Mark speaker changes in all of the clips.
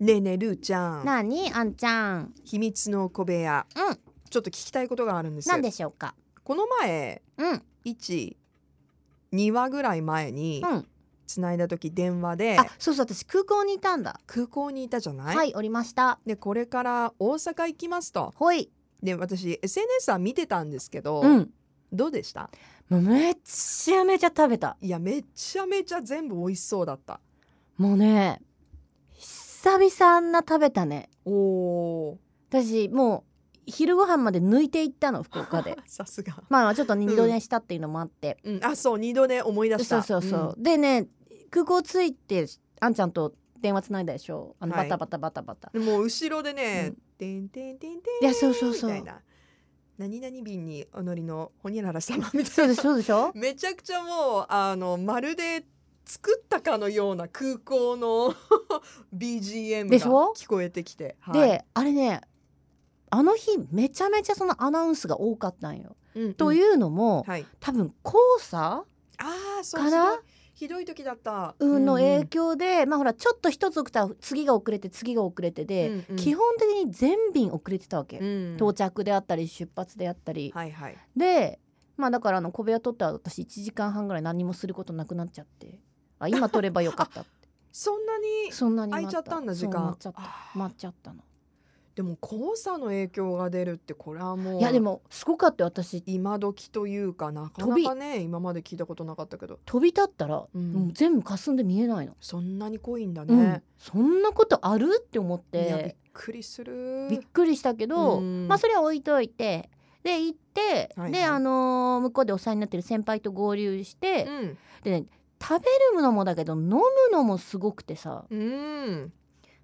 Speaker 1: ねえねえるーちゃん
Speaker 2: なにあんちゃん
Speaker 1: 秘密の小部屋、
Speaker 2: うん
Speaker 1: ちょっと聞きたいことがあるんです
Speaker 2: なんでしょうか
Speaker 1: この前
Speaker 2: うん
Speaker 1: 12話ぐらい前に
Speaker 2: うん
Speaker 1: つないだ時電話で、
Speaker 2: あそうそう私空港にいたんだ
Speaker 1: 空港にいたじゃない、
Speaker 2: はいおりました
Speaker 1: でこれから大阪行きますと
Speaker 2: ほい
Speaker 1: で私 SNS は見てたんですけど、
Speaker 2: うん
Speaker 1: どうでした
Speaker 2: もうめちゃめちゃ食べた
Speaker 1: いやめちゃめちゃ全部美味しそうだった
Speaker 2: もうね久々あんな食べたね
Speaker 1: お お
Speaker 2: 私もう昼ご飯まで抜いていったの 福岡で
Speaker 1: さすが、
Speaker 2: まあちょっと二度寝したっていうのもあって、
Speaker 1: うん、あそう二度で思い出し
Speaker 2: そ
Speaker 1: た
Speaker 2: うそうそう、でね空港着いてあんちゃんと電話つないだでしょあの
Speaker 1: は
Speaker 2: バ
Speaker 1: い
Speaker 2: タバタバタバタ、
Speaker 1: うんもう後ろでね
Speaker 2: うん
Speaker 1: 「てんてんてんてん」
Speaker 2: いやそうそう
Speaker 1: み
Speaker 2: そ
Speaker 1: たいうな何々便にお乗りのほにゃらら様みた
Speaker 2: そう
Speaker 1: い
Speaker 2: で
Speaker 1: な
Speaker 2: しょそうでしょ
Speaker 1: めちゃくちゃもうあのまるで作ったかのような空港の BGM が
Speaker 2: でしょ
Speaker 1: 聞こえてきて、はい
Speaker 2: であれねあの日めちゃめちゃそのアナウンスが多かったんよ。
Speaker 1: うんうん
Speaker 2: というのも、
Speaker 1: はい、
Speaker 2: 多分黄砂
Speaker 1: ああそう
Speaker 2: かな
Speaker 1: ひどいひどい時だった
Speaker 2: うんの
Speaker 1: うんうん
Speaker 2: 影響で、まあほらちょっと一つ遅れたら次が遅れて次が遅れてで、
Speaker 1: うんうん
Speaker 2: 基本的に全便遅れてたわけ、
Speaker 1: うん
Speaker 2: 到着であったり出発であったり、
Speaker 1: はいはい
Speaker 2: でまあだからあの小部屋取ったら私1時間半ぐらい何もすることなくなっちゃってあ今取ればよかったって
Speaker 1: そんなに
Speaker 2: そんなに
Speaker 1: 空
Speaker 2: 待
Speaker 1: いちゃったんだ時
Speaker 2: そう
Speaker 1: 間
Speaker 2: 待っちゃった
Speaker 1: あー
Speaker 2: 待っちゃったの
Speaker 1: でも黄砂の影響が出るってこれはもう
Speaker 2: いやでもすごかったよ私
Speaker 1: 今時というかなかなかね今まで聞いたことなかったけど
Speaker 2: 飛び立ったら、
Speaker 1: うん
Speaker 2: もう全部霞んで見えないの、
Speaker 1: そんなに濃いんだ
Speaker 2: うん
Speaker 1: ね、
Speaker 2: そんなことあるって思っ
Speaker 1: いやびってくりする
Speaker 2: びっくりしたけど、
Speaker 1: うん
Speaker 2: まあそれは置いといてで行って、
Speaker 1: はいはい
Speaker 2: であのー向こうでお世話になってる先輩と合流して、
Speaker 1: うん
Speaker 2: でね食べるのもだけど飲むのもすごくてさ
Speaker 1: うん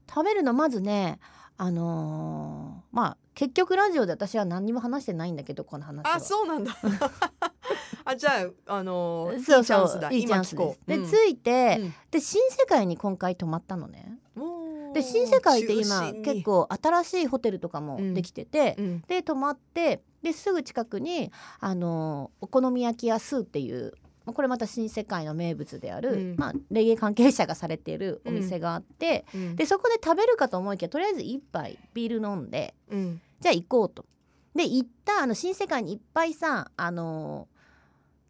Speaker 2: 食べるのまずねあのーまあ結局ラジオで私は何にも話してないんだけどこの話は
Speaker 1: あそうなんだ あじゃああのー
Speaker 2: そう
Speaker 1: いいチャンスだ
Speaker 2: いいチャンス
Speaker 1: 今聞
Speaker 2: で
Speaker 1: こ
Speaker 2: す
Speaker 1: う
Speaker 2: で、
Speaker 1: うん
Speaker 2: 着いて、で新世界に今回泊まったのね
Speaker 1: うん
Speaker 2: で新世界って今
Speaker 1: 中心に
Speaker 2: 結構新しいホテルとかもできてて、
Speaker 1: うん
Speaker 2: で泊まってですぐ近くにあのお好み焼き屋スーっていうまあこれまた新世界の名物である、
Speaker 1: うん
Speaker 2: まあ、レゲエ関係者がされているお店があって、
Speaker 1: うん
Speaker 2: でそこで食べるかと思いきやとりあえず一杯ビール飲んで
Speaker 1: うん
Speaker 2: じゃあ行こうと。で行ったあの新世界にいっぱいさあの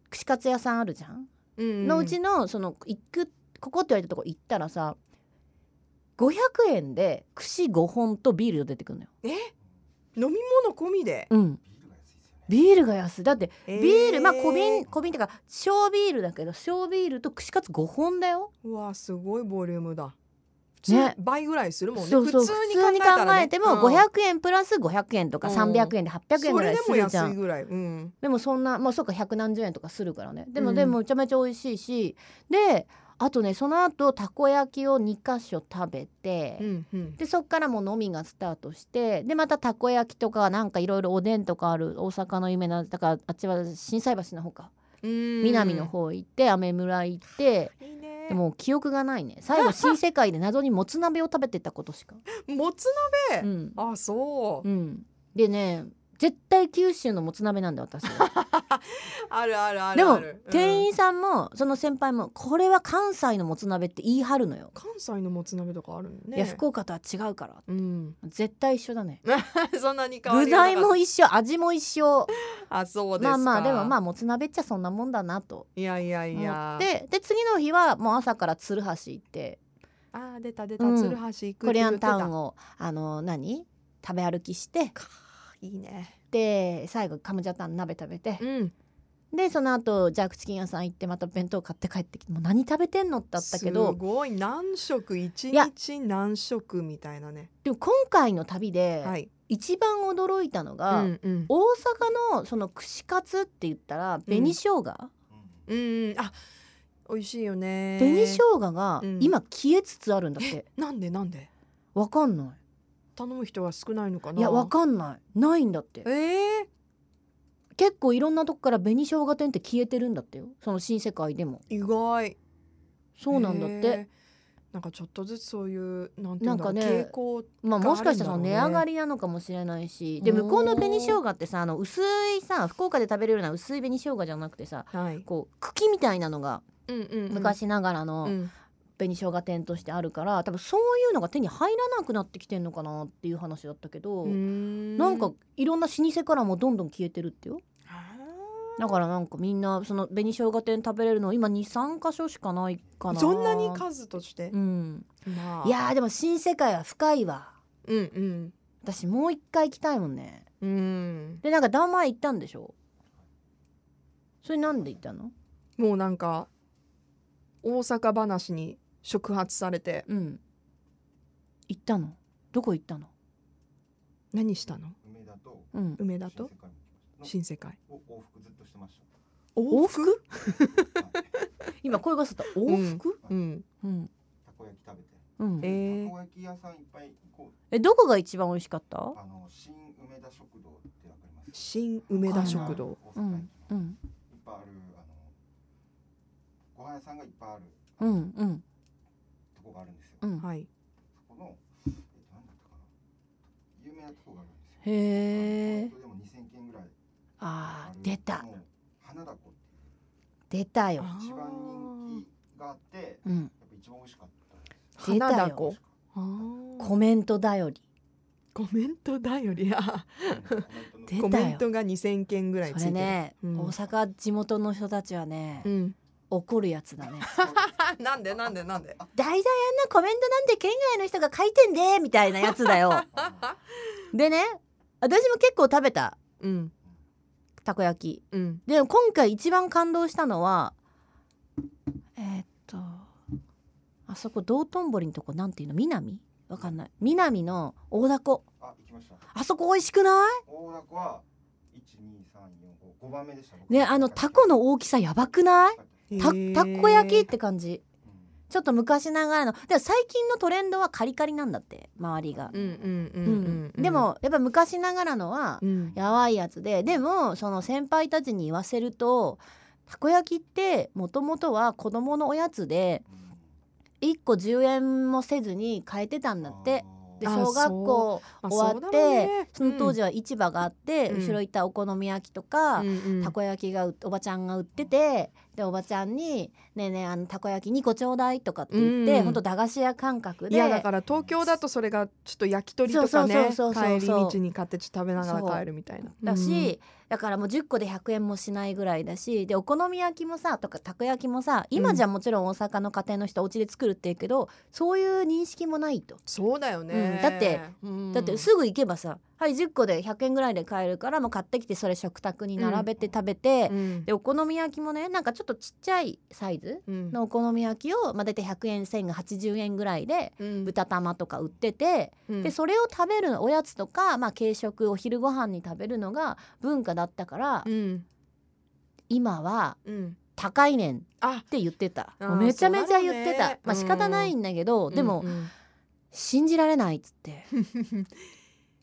Speaker 2: 串カツ屋さんあるじゃん、
Speaker 1: うん
Speaker 2: のうちのその行くここって言われたとこ行ったらさ500円で串5本とビールが出てくるのよ。
Speaker 1: え飲み物込みで、
Speaker 2: うん、ビールが安いだって
Speaker 1: え
Speaker 2: ビール、まあ小瓶小瓶ってか小ビールだけど小ビールと串カツ5本だよ。
Speaker 1: うわすごいボリュームだ
Speaker 2: ね
Speaker 1: じゅ倍ぐらいするもんね
Speaker 2: そうそう
Speaker 1: 普
Speaker 2: 普
Speaker 1: 通に
Speaker 2: 通に考
Speaker 1: 考えたら、ね、
Speaker 2: えても
Speaker 1: うん
Speaker 2: 500円プラス500円とか
Speaker 1: うん
Speaker 2: 300円で800円ぐらいす
Speaker 1: それで
Speaker 2: る
Speaker 1: も
Speaker 2: じゃ
Speaker 1: 安い
Speaker 2: ん。
Speaker 1: ぐらい、うん、
Speaker 2: でもそんなまあそうか百何十円とかするからねでも、
Speaker 1: うん
Speaker 2: でもめちゃめちゃ美味しいしであとねその後たこ焼きを2か所食べて、
Speaker 1: うんうん、
Speaker 2: でそっからもう飲みがスタートしてでまたたこ焼きとかなんかいろいろおでんとかある大阪の有名なだからあっちは心斎橋の方か南の方行って雨村行って、
Speaker 1: いいね
Speaker 2: でも記憶がないね最後新世界で謎にもつ鍋を食べてたことし か
Speaker 1: もつ
Speaker 2: うん、
Speaker 1: 鍋あそう、
Speaker 2: うん、でね絶対九州のもつ鍋なんだ私は
Speaker 1: あるあ るあ
Speaker 2: で
Speaker 1: る
Speaker 2: も
Speaker 1: ある
Speaker 2: 店
Speaker 1: うん
Speaker 2: 員さんもその先輩もこれは関西のもつ鍋って言い張るのよ、
Speaker 1: 関西のもつ鍋とかあるね
Speaker 2: いや福岡とは違うから
Speaker 1: うん
Speaker 2: 絶対一緒だね
Speaker 1: そんなに変わ
Speaker 2: 具
Speaker 1: りがな
Speaker 2: 材
Speaker 1: かっ
Speaker 2: も一緒味も一緒
Speaker 1: たあそうです
Speaker 2: まあ
Speaker 1: か
Speaker 2: まあでもまあ
Speaker 1: あ
Speaker 2: もつ鍋っちゃそんなもんだなと
Speaker 1: いやいやい
Speaker 2: 思
Speaker 1: や
Speaker 2: ってで次の日はもう朝から鶴橋行って
Speaker 1: あー出た出た
Speaker 2: うん
Speaker 1: 鶴橋行く
Speaker 2: コリアンタウン
Speaker 1: を
Speaker 2: をあの何食べ歩きして
Speaker 1: いいね
Speaker 2: で最後カムジャタン鍋食べて、
Speaker 1: うん
Speaker 2: でその後ジャークチキン屋さん行ってまた弁当買って帰ってきてもう何食べてんのだったけ
Speaker 1: す
Speaker 2: ど
Speaker 1: ごい何食一
Speaker 2: や
Speaker 1: 日何食みたいなね
Speaker 2: でも今回の旅
Speaker 1: は
Speaker 2: で
Speaker 1: い
Speaker 2: 一番驚いたの
Speaker 1: う
Speaker 2: が、
Speaker 1: んうん
Speaker 2: 大阪のその串カツって言ったら紅生姜、
Speaker 1: うんあ美味しいよね
Speaker 2: 紅生姜が
Speaker 1: うん
Speaker 2: 今消えつつあるんだって、
Speaker 1: なんでなんで
Speaker 2: わかんな
Speaker 1: 頼む人が少ないのか
Speaker 2: い
Speaker 1: ないい
Speaker 2: やわかんないないんだって
Speaker 1: えー、
Speaker 2: 結構いろんなとこから紅生姜店って消えてるんだってよその新世界でも
Speaker 1: 意外
Speaker 2: そうなんだっ
Speaker 1: へ
Speaker 2: て
Speaker 1: ーなんかちょっとずつそういうなんていうんだろう、
Speaker 2: なんかね
Speaker 1: 傾向
Speaker 2: まあ、
Speaker 1: がある
Speaker 2: も
Speaker 1: んだろうね
Speaker 2: しかしたらその値上がりなのかもしれないしで
Speaker 1: うん
Speaker 2: 向こうの紅生姜ってさあの薄いさ福岡で食べれるような薄い紅生姜じゃなくてさ
Speaker 1: はい、
Speaker 2: こう茎みたいなのが
Speaker 1: うんうんうん
Speaker 2: 昔ながらの、
Speaker 1: うん
Speaker 2: 紅生姜店としてあるから多分そういうのが手に入らなくなってきてんのかなっていう話だったけど、
Speaker 1: な
Speaker 2: なんかいろんな老舗からもどんどん消えてるってよだからなんかみんなその紅生姜店食べれるの今23箇所しかないかな
Speaker 1: そんなに数として
Speaker 2: う、ん
Speaker 1: まあ
Speaker 2: いやーでも新世界は深いわ
Speaker 1: うん
Speaker 2: 私もう一回行きたいもんね
Speaker 1: うんうん
Speaker 2: でなんかダンマイ行ったんでしょそれなんで行ったの
Speaker 1: もうなんか大阪話に触発されて
Speaker 2: うん行ったのどこ行ったの
Speaker 1: 何したの
Speaker 3: 梅田と
Speaker 2: うん
Speaker 1: 梅田と
Speaker 3: 新世界に行きました
Speaker 1: 新世界
Speaker 3: のを往復ずっとして まし
Speaker 1: 往復
Speaker 3: た。はい
Speaker 2: 今声がすった往復
Speaker 1: うん
Speaker 2: うん
Speaker 3: たこ焼き食べて。
Speaker 2: うん
Speaker 1: えー
Speaker 3: たこ焼き屋さんいっぱいこう
Speaker 2: えどこが一番美味しかった
Speaker 3: あの新梅田食堂ってわかります。
Speaker 1: 新梅田食堂
Speaker 3: 大
Speaker 2: う
Speaker 3: 阪
Speaker 2: ん
Speaker 3: 駅
Speaker 2: う
Speaker 3: のいっ
Speaker 2: ん
Speaker 3: ぱいあるあのご飯屋さんがいっぱいある
Speaker 2: うんうん
Speaker 3: とこがあるんですよ。
Speaker 2: うん
Speaker 1: はい
Speaker 3: そこのえっとなんだったかな有名なとこがあるんですよ。
Speaker 2: へえ
Speaker 3: あのでも2000件ぐらい
Speaker 2: あ
Speaker 3: る
Speaker 2: ー出た
Speaker 3: もう花だこって
Speaker 2: 出たよ
Speaker 1: あー
Speaker 3: 一番人気があってやっ
Speaker 2: うん
Speaker 3: ぱ一番美味しかったです。
Speaker 2: 出た
Speaker 1: 花
Speaker 2: よ
Speaker 1: だこあー
Speaker 2: コメント頼り
Speaker 1: コメントだよりあ
Speaker 3: 出
Speaker 2: 出
Speaker 1: コ
Speaker 2: たよ
Speaker 1: メントが2000件ぐらいつい
Speaker 2: そ
Speaker 1: て
Speaker 2: れ
Speaker 1: る
Speaker 2: ね、
Speaker 1: うん
Speaker 2: 大阪地元の人たちはね、
Speaker 1: うん
Speaker 2: 怒るやつだね
Speaker 1: あ なんでなんでなんで
Speaker 2: 大体あんなコメントなんて県外の人が書いてんでみたいなやつだ よでね私も結構食べた
Speaker 1: うん
Speaker 2: たこ焼き
Speaker 1: うん
Speaker 2: でも今回一番感動したのはえーっとあそこ道頓堀のとこなんていうの南わかんない南の大凧
Speaker 3: あ、行きました。
Speaker 2: あそこ美味しくな
Speaker 3: 大凧は一二三四五五番目でした。
Speaker 2: いねあのタコの大きさやばくない
Speaker 1: へ
Speaker 2: た
Speaker 1: ー
Speaker 2: たこ焼きって感じちょっと昔ながらのでも最近のトレンドはカリカリなんだって周りが
Speaker 1: う、んうんうん
Speaker 2: う
Speaker 1: うん
Speaker 2: んでもやっぱ昔ながらのは
Speaker 1: うん
Speaker 2: やばいやつででもその先輩たちに言わせるとたこ焼きってもともとは子どものおやつで1個10円もせずに買えてたんだって。で
Speaker 1: あ
Speaker 2: 小学校
Speaker 1: まあ
Speaker 2: 終わ
Speaker 1: そ
Speaker 2: って
Speaker 1: うだ
Speaker 2: そ,、
Speaker 1: ろうね
Speaker 2: の当時は市場があって、
Speaker 1: うん
Speaker 2: 後ろ行ったお好み焼きとか、
Speaker 1: うんうん
Speaker 2: たこ焼きがうおばちゃんが売っててでおばちゃんに「ねえねえあのたこ焼き2個ちょうだい」とかって言って、
Speaker 1: うん
Speaker 2: ほんと駄菓子屋感覚で
Speaker 1: いやだから東京だとそれがちょっと焼き鳥とかね
Speaker 2: そうそうそうそう
Speaker 1: 帰り道に買ってちょっと食べながら帰るみたいな
Speaker 2: だし、だからもう10個で100円もしないぐらいだしでお好み焼きもさとかたこ焼きもさ今じゃもちろん大阪の家庭の人お家で作るって言うけどそういう認識もないと。
Speaker 1: そうだよ
Speaker 2: う
Speaker 1: ね
Speaker 2: んだって
Speaker 1: うん
Speaker 2: だってすぐ行けばさ、はい10個で100円ぐらいで買えるからもう買ってきてそれ食卓に並べて食べて、
Speaker 1: うん
Speaker 2: でお好み焼きもねなんかちょっとちっちゃいサイズ
Speaker 1: うん
Speaker 2: のお好み焼きを、まあ、大体100円1000が80円ぐらいで
Speaker 1: うん
Speaker 2: 豚玉とか売ってて、
Speaker 1: うん
Speaker 2: でそれを食べるおやつとか、まあ、軽食お昼ご飯に食べるのが文化だったから、
Speaker 1: うん
Speaker 2: 今は
Speaker 1: うん
Speaker 2: 高いねんっ
Speaker 1: あ
Speaker 2: て言ってた
Speaker 1: あー
Speaker 2: もうめちゃめちゃ言って
Speaker 1: そうだ
Speaker 2: た、
Speaker 1: よね
Speaker 2: まあ仕方ないんだけど、でも、
Speaker 1: うんうん
Speaker 2: 信じられないっつって、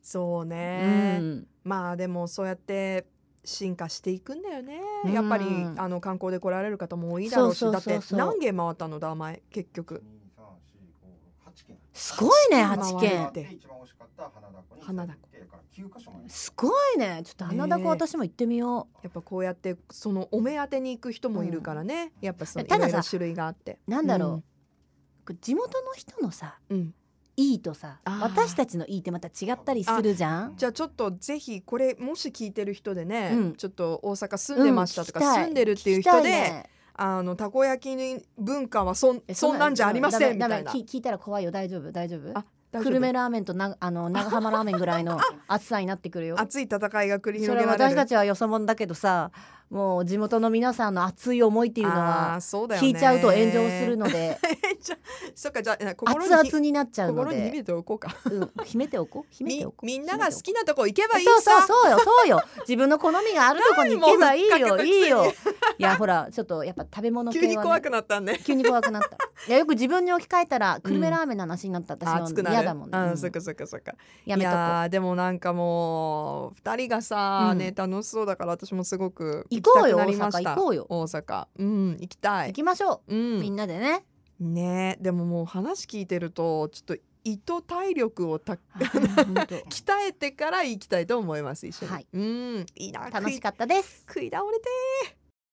Speaker 1: そうね
Speaker 2: うん
Speaker 1: まあでもそうやって進化していくんだよねやっぱり
Speaker 2: うん
Speaker 1: あの観光で来られる方も多いだろうし
Speaker 2: そうそ
Speaker 1: だ
Speaker 2: う
Speaker 1: っ
Speaker 2: そう
Speaker 1: て
Speaker 2: そう
Speaker 1: 何軒回ったのだ前結局
Speaker 3: 二三四五六八件。
Speaker 2: すごいね
Speaker 1: 八
Speaker 2: 8
Speaker 1: 軒
Speaker 2: 件
Speaker 1: 回る
Speaker 3: 一番美味しかった花だこに。
Speaker 1: 花だこ。
Speaker 3: だから九箇所まで。
Speaker 2: すごいねちょっと花だこ
Speaker 1: ねえ
Speaker 2: 私も行ってみよ
Speaker 1: やっぱこうやってそのお目当てに行く人もいるからね
Speaker 3: うん
Speaker 1: やっぱそのい
Speaker 2: ただ
Speaker 1: ろ
Speaker 2: さ
Speaker 1: いろ種類があって
Speaker 2: うなんだろう、これ地元の人のさ
Speaker 1: うんうん
Speaker 2: いいとさ
Speaker 1: あー
Speaker 2: 私たちのいいってまた違ったりするじゃん
Speaker 1: じゃあちょっとぜひこれもし聞いてる人でね、
Speaker 2: うん
Speaker 1: ちょっと大阪住んでましたとか、
Speaker 2: う
Speaker 1: 住んでるっていう
Speaker 2: 聞
Speaker 1: 人で、
Speaker 2: きたね
Speaker 1: あのたこ焼き文化はそん
Speaker 2: え
Speaker 1: そんなんじゃありませんみ
Speaker 2: ダメ
Speaker 1: たいな
Speaker 2: ダメ聞聞いたら怖いよ大丈夫大丈
Speaker 1: あ
Speaker 2: 夫
Speaker 1: 大丈
Speaker 2: 久
Speaker 1: 夫
Speaker 2: 留米ラーメンとな あの長浜ラーメンぐらいの暑さになってくるよ
Speaker 1: 熱い戦いが繰り
Speaker 2: そ
Speaker 1: 広
Speaker 2: れ
Speaker 1: げ
Speaker 2: は
Speaker 1: られる
Speaker 2: 私たちはよそ者だけどさもう地元の皆さんの熱い思いっていうの
Speaker 1: あ
Speaker 2: は
Speaker 1: ーそうだよね
Speaker 2: 聞いちゃうと炎上するので
Speaker 1: じゃあそっかじゃあ心
Speaker 2: 熱
Speaker 1: に
Speaker 2: 々になっちゃうの
Speaker 1: 心に秘
Speaker 2: で
Speaker 1: めておこうか
Speaker 2: うん秘めておこう秘め
Speaker 1: み
Speaker 2: ておこう
Speaker 1: みんなが好
Speaker 2: 秘めておこう
Speaker 1: きなとこ行けばいいさ
Speaker 2: そうそうそうよそうよ自分の好みがあるとこに行けばいい
Speaker 1: 何もう
Speaker 2: よ
Speaker 1: ふっかけたくせに
Speaker 2: いいよいやほらちょっとやっぱ食べ物系は、
Speaker 1: 急
Speaker 2: ね、
Speaker 1: に怖くなったんで、
Speaker 2: 急に怖くなったいやよく自分に置き換えたら久留米ラーメンの話になった私
Speaker 1: あ
Speaker 2: は
Speaker 1: 熱くなる
Speaker 2: 嫌だもんね、
Speaker 1: う
Speaker 2: うん
Speaker 1: ん、そっかそっかそっか
Speaker 2: やめとこ
Speaker 1: いうやーでもなんかもう二人がさ、
Speaker 2: うん
Speaker 1: ね楽しそうだから私もすごく
Speaker 2: 行
Speaker 1: 行
Speaker 2: こ
Speaker 1: き
Speaker 2: う
Speaker 1: た
Speaker 2: よ
Speaker 1: くなりました
Speaker 2: 大阪行こうよ
Speaker 1: 大阪うん行きた
Speaker 2: 行
Speaker 1: い
Speaker 2: きましょ
Speaker 1: う
Speaker 2: う、み
Speaker 1: ん
Speaker 2: んな でね
Speaker 1: ねえでももう話聞いてるとちょっと胃と体力をた鍛
Speaker 2: あーほんと
Speaker 1: えてから行きたいと思います一緒に、
Speaker 2: はい
Speaker 1: うんいいな
Speaker 2: 楽し
Speaker 1: っ
Speaker 2: かったです
Speaker 1: 食い食い倒れて